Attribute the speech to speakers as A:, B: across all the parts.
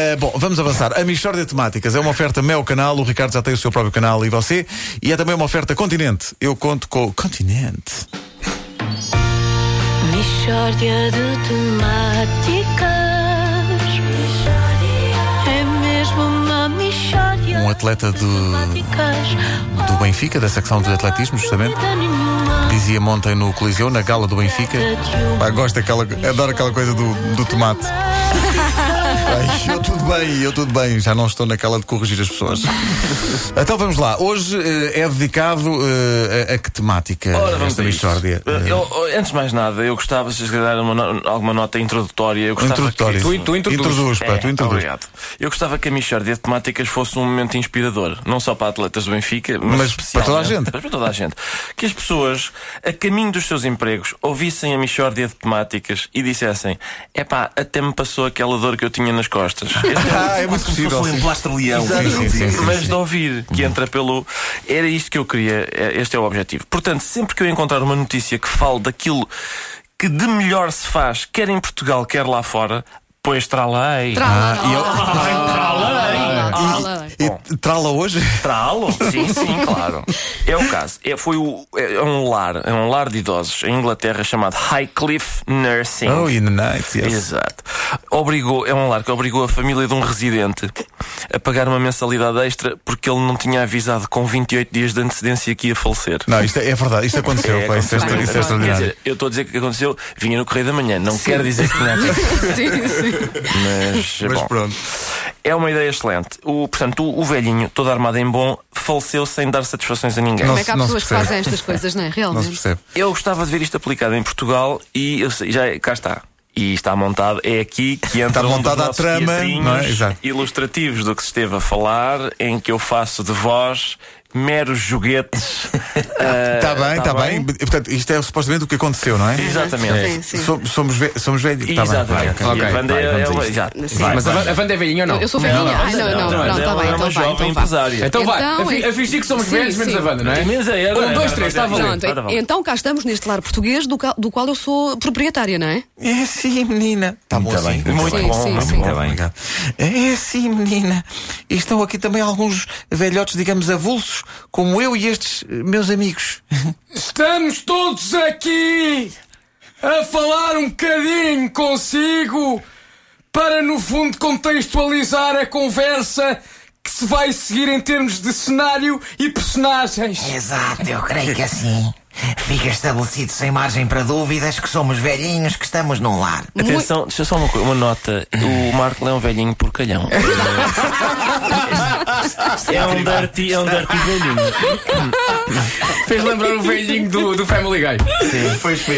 A: Uh, bom, vamos avançar. A Michórdia de Temáticas é uma oferta meu canal, o Ricardo já tem o seu próprio canal e você, e é também uma oferta Continente. Eu conto com o Continente.
B: Mishória de temáticas É mesmo uma mishória
A: Um atleta
B: de
A: do-
B: temáticas.
A: Do Benfica, da secção de atletismo, justamente.
B: Dúvida nenhuma
A: Dizia ontem no Coliseu, na gala do Benfica. Pá, gosto daquela, adoro aquela coisa do, do tomate. Ai, eu tudo bem, eu tudo bem, já não estou naquela de corrigir as pessoas. Então vamos lá, hoje eh, é dedicado eh, a, a que temática
C: Ora, vamos
A: esta
C: a isso.
A: Michórdia?
C: Eh, eu- oh, antes de mais nada, eu gostava, se vocês darem uma no- alguma nota introdutória, eu gostava
A: Introdutória.
C: que...
A: Tu- tu introduz. É, Introduz, pá, tu introduz.
C: Obrigado. Eu gostava que a Michórdia de Temáticas fosse um momento inspirador, não só para atletas do Benfica, mas,
A: Mas para toda a
C: especialmente-
A: gente.
C: Mas para toda a gente. Que as pessoas, a caminho dos seus empregos, ouvissem a Michórdia de Temáticas e dissessem epá, até me passou aquela dor que eu tinha nas costas.
A: Ah, é muito possível.
D: Foi um blastreleão.
A: Sim, sim, sim, sim,
C: mas de ouvir que entra pelo. Era isto que eu queria, é- este é o objetivo. Portanto, sempre que eu encontrar uma notícia que fale daquilo que de melhor se faz, quer em Portugal, quer lá fora, pois tralei.
A: Ah, E trala hoje?
C: Tralo? Sim, sim, claro. É o caso. É, foi o, é um lar, é um lar de idosos em Inglaterra chamado Highcliffe Nursing.
A: Oh, in the night, yes.
C: Exato. Obrigou, é um lar que obrigou a família de um residente a pagar uma mensalidade extra porque ele não tinha avisado com 28 dias de antecedência que ia falecer.
A: Não, isto é, é verdade, isto aconteceu,
C: É,
A: pá, isto é,
C: aconteceu.
A: extra- isto é
C: Quer
A: extraordinário.
C: dizer, eu estou a dizer que aconteceu, vinha no correio da manhã, não quero dizer que tinha acontecido. Mas,
A: Mas
C: bom,
A: pronto.
C: é uma ideia excelente. O, portanto, o, o velhinho, todo armado em bom, faleceu sem dar satisfações a ninguém.
A: Não
E: Como é que há
A: se
E: pessoas que
A: percebe.
E: fazem estas coisas, não é?
A: Não se
E: Realmente.
A: percebe.
C: Eu gostava de ver isto aplicado em Portugal e eu sei- já é, cá está. E está montado, é aqui que entra um dos
A: montada a
C: nossos
A: trama,
C: teatrinhos
A: não é? Exato.
C: ilustrativos do que se esteve a falar, em que eu faço de voz meros joguetes.
A: Está Tá
C: Está
A: bem, está bem. E, Portanto, isto é supostamente o que aconteceu, não é?
C: Exatamente.
E: Sim, sim.
A: So- somos, ve- somos velhos. Tá bem,
C: Exatamente.
A: vai, ok.
C: E a banda
D: vai,
C: é-
D: vamos
C: é
D: a
C: uma-
D: isto.
C: exato.
D: Mas a, Wanda é velhinha ou não?
E: Eu sou velhinha. Ai, não, não,
C: Não,
E: pronto,
C: ela é
E: está bem,
C: uma
E: então vai,
C: jovem
E: então vai.
A: Tá
C: empresária.
D: Então vai,
E: Então,
D: a, fi-
E: é-
D: a fingir que somos
E: Sim,
D: velhos menos
E: sim.
D: a Wanda, não é?
C: Menos a ela.
D: Um, dois, três, está a valer.
E: Pronto, então cá estamos neste lar português do qual, do qual eu sou proprietária, não é?
F: É sim, menina.
A: Tá bom, assim.
C: Muito
E: Sim,
C: bom,
E: sim,
C: muito
E: sim.
C: bom.
A: Obrigado.
F: É sim, menina. E estão aqui também alguns velhotes, digamos, avulsos, como eu e estes eh, meus amigos.
D: Estamos todos aqui a falar um bocadinho consigo para, no fundo, contextualizar a conversa que se vai seguir em termos de cenário e personagens.
G: Exato, eu creio que assim fica estabelecido sem margem para dúvidas que somos velhinhos que estamos num lar.
C: Atenção, deixa só uma, co- uma nota. O Marco é um velhinho porcalhão. é um dirty, é um dirty velhinho.
D: Fez lembrar o velhinho do, do Family Guy.
E: Vamos a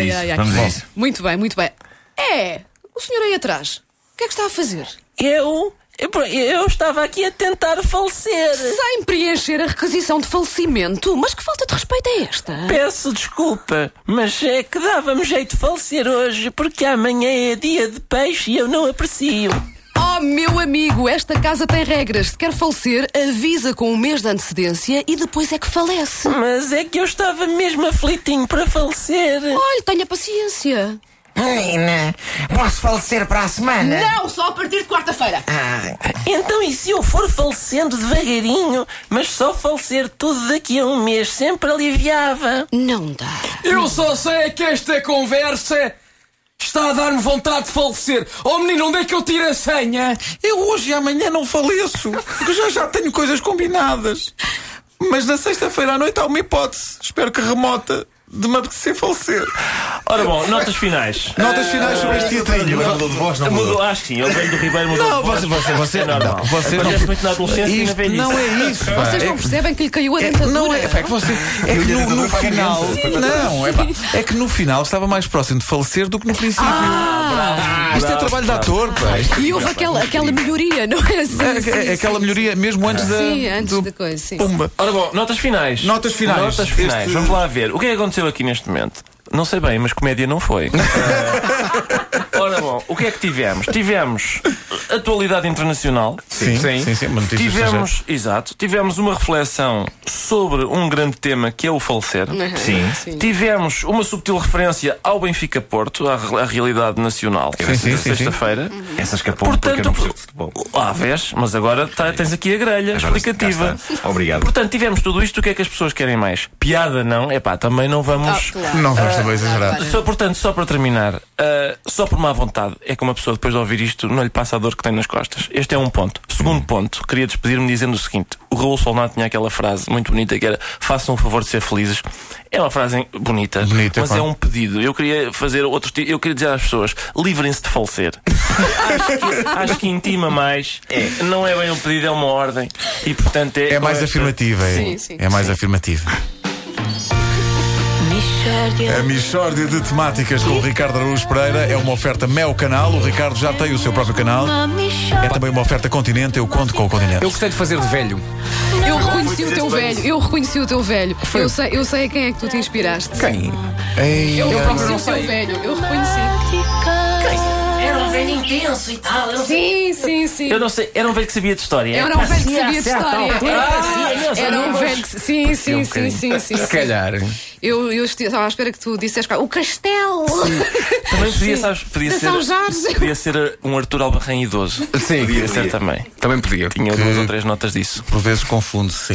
E: isso.
G: Vamos a isso.
E: Muito bem, muito bem. É, o senhor aí atrás, o que é que está a fazer?
H: Eu, eu, eu estava aqui a tentar falecer.
E: Sem preencher a requisição de falecimento, mas que falta de respeito é esta?
H: Peço desculpa, mas é que dava-me jeito de falecer hoje, porque amanhã é dia de peixe e eu não aprecio.
E: Oh, meu amigo, esta casa tem regras. Se quer falecer, avisa com um mês de antecedência e depois é que falece.
H: Mas é que eu estava mesmo aflitinho para falecer.
E: Olha, tenha paciência.
G: Menina, posso falecer para a semana?
E: Não, só a partir de quarta-feira.
G: Ah,
H: Então, e se eu for falecendo devagarinho, mas só falecer tudo daqui a um mês sempre aliviava?
E: Não dá.
D: Eu só sei é que esta conversa está a dar-me vontade de falecer. Oh menino, onde é que eu tiro a senha?
F: Eu hoje e amanhã não faleço, porque já já tenho coisas combinadas. Mas na sexta-feira à noite há uma hipótese, espero que remota, de me apetecer falecer.
C: Ora bom, notas finais.
A: Notas finais sobre
C: Ah,
A: este teatrinho.
C: mudou de voz, não mudou? acho que sim. Ele veio do Ribeiro, mudou
A: Não,
C: de voz.
A: você, você, você,
C: é normal.
A: não, você não.
C: Acontece muito na adolescência e na
A: Isto
C: velhice.
A: não é isso. pá.
E: Vocês
A: É-
E: não percebem que lhe caiu a
F: É,
E: dentadura?
F: não é, é que você. É que no, no final.
A: Não, é pá, é que no final estava mais próximo de falecer do que no princípio. Isto é trabalho de ator, pá. Isto
E: E houve aquela, aquela melhoria, não é? Sim,
A: é- é-
E: sim,
A: é Aquela
E: sim.
A: melhoria, mesmo antes da.
E: Sim, antes
A: do-
E: da coisa, sim.
A: Pumba.
C: Ora bom, notas finais.
A: Notas finais.
C: Notas finais.
A: Este-
C: Vamos lá ver. O que é que aconteceu aqui neste momento? Não sei bem, mas comédia não foi. Eh, Ora bom, o que é que tivemos? Tivemos atualidade internacional.
A: Sim, sim, sim, uma notícia estrangeira.
C: Tivemos, exato, tivemos uma reflexão sobre um grande tema que é o falecer.
E: Sim.
C: Tivemos uma subtil referência ao Benfica Porto, à, re- à realidade nacional,
A: sim,
C: da
A: sim, sim.
C: sexta-feira.
I: Essa escapou porque eu
C: Portanto,
I: não percebo de futebol.
C: ah, vês, mas agora tá- tens aqui a grelha
I: Agora,
C: explicativa.
I: cá está. Obrigado.
C: Portanto, tivemos tudo isto, o que é que as pessoas querem mais? Piada não? É pá, também não vamos.
E: Ah, claro.
A: Não vamos também exagerar.
C: Só, portanto, só para terminar, ah, só por má vontade é que uma pessoa depois de ouvir isto não lhe passa a dor que tem nas costas. Este é um ponto. Segundo ponto, queria despedir-me dizendo o seguinte: o Raul Solnado tinha aquela frase muito bonita que era façam o favor de ser felizes. É uma frase bonita,
A: Bonita,
C: mas
A: pá.
C: é um pedido. Eu queria fazer outros ti- eu queria dizer às pessoas: livrem-se de falecer. acho, que, acho que intima mais. Não é bem um pedido, é uma ordem. E portanto é.
A: É mais
C: com esta-
A: afirmativa. é-
E: Sim, sim.
A: É mais afirmativa. A Michórdia de Temáticas com o Ricardo Araújo Pereira é uma oferta Mel Canal. O Ricardo já tem o seu próprio canal. É também uma oferta Continente. Eu conto com o Continente.
D: Eu gostei de fazer de velho.
A: um
E: Eu reconheci o teu velho, eu reconheci o teu velho. Eu sei, eu sei a quem é que tu te inspiraste.
D: Quem?
A: Ei,
E: Eu reconheci
D: não
E: o teu
D: sei.
E: velho, eu reconheci.
B: Era um velhinho
E: Sim, sim, sim.
C: Eu não sei, era um velho que sabia de história.
E: Era um velho que sabia de
C: Ah,
E: história. Era um velho que. Sim, sim, sim, sim, sim.
D: Se calhar.
E: Eu, eu esti- estava à espera que tu dissesse o castelo
C: Também podia, sabes, podia
E: de
C: ser.
E: São Jorge.
C: Podia ser um Arthur Albarrém idoso.
D: Sim,
C: Podia ser também.
D: também podia.
C: Tinha duas ou três notas disso.
A: por vezes confundo-se.